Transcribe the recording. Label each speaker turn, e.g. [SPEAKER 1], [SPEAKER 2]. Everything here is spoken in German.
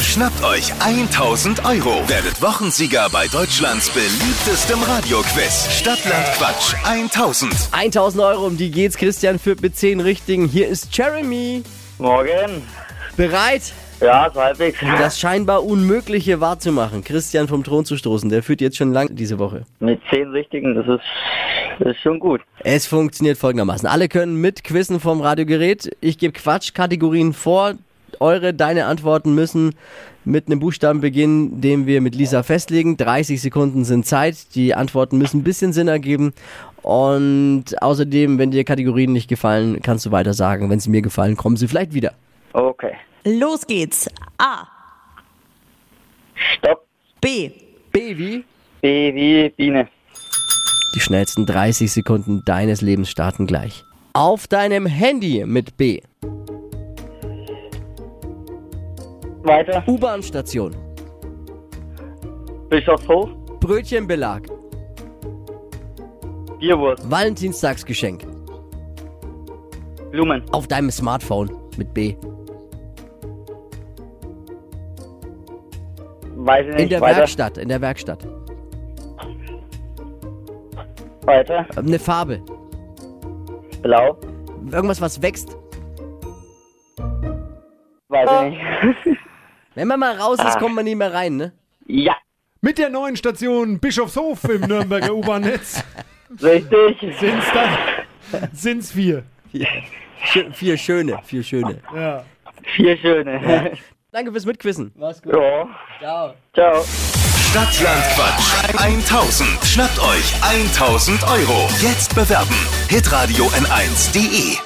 [SPEAKER 1] Schnappt euch 1000 Euro. Werdet Wochensieger bei Deutschlands beliebtestem Radioquiz. Stadtland Quatsch 1000.
[SPEAKER 2] 1000 Euro, um die geht's. Christian führt mit 10 Richtigen. Hier ist Jeremy.
[SPEAKER 3] Morgen.
[SPEAKER 2] Bereit,
[SPEAKER 3] Ja, so halbwegs.
[SPEAKER 2] das scheinbar Unmögliche wahrzumachen. Christian vom Thron zu stoßen. Der führt jetzt schon lang diese Woche.
[SPEAKER 3] Mit zehn richtigen, das ist, das ist schon gut.
[SPEAKER 2] Es funktioniert folgendermaßen. Alle können mitquissen vom Radiogerät. Ich gebe Quatschkategorien vor. Eure, deine Antworten müssen mit einem Buchstaben beginnen, den wir mit Lisa festlegen. 30 Sekunden sind Zeit. Die Antworten müssen ein bisschen Sinn ergeben. Und außerdem, wenn dir Kategorien nicht gefallen, kannst du weiter sagen. Wenn sie mir gefallen, kommen sie vielleicht wieder.
[SPEAKER 3] Okay.
[SPEAKER 4] Los geht's. A.
[SPEAKER 3] Stopp.
[SPEAKER 4] B.
[SPEAKER 2] Baby,
[SPEAKER 3] B wie Biene.
[SPEAKER 2] die schnellsten 30 Sekunden deines Lebens starten gleich. Auf deinem Handy mit B.
[SPEAKER 3] Weiter.
[SPEAKER 2] U-Bahn-Station.
[SPEAKER 3] Bischofshof.
[SPEAKER 2] Brötchenbelag.
[SPEAKER 3] Bierwurst.
[SPEAKER 2] Valentinstagsgeschenk.
[SPEAKER 3] Blumen.
[SPEAKER 2] Auf deinem Smartphone mit B.
[SPEAKER 3] Weiß ich nicht.
[SPEAKER 2] In der
[SPEAKER 3] Weiter.
[SPEAKER 2] Werkstatt, in der Werkstatt.
[SPEAKER 3] Weiter.
[SPEAKER 2] Ähm, Eine Farbe.
[SPEAKER 3] Blau.
[SPEAKER 2] Irgendwas, was wächst.
[SPEAKER 3] Weiß ich nicht.
[SPEAKER 2] Wenn man mal raus ist, kommt man nie mehr rein, ne?
[SPEAKER 3] Ja.
[SPEAKER 5] Mit der neuen Station Bischofshof im Nürnberger U-Bahn-Netz
[SPEAKER 3] Richtig.
[SPEAKER 5] sind's dann sind's vier.
[SPEAKER 2] Schö- vier schöne, vier schöne.
[SPEAKER 5] Ja.
[SPEAKER 3] Vier schöne.
[SPEAKER 2] Danke fürs Mitquissen.
[SPEAKER 3] Ja.
[SPEAKER 2] Ciao.
[SPEAKER 3] Ciao.
[SPEAKER 1] Stadtland Quatsch 1000. Schnappt euch 1000 Euro. Jetzt bewerben. Hitradio N1.de.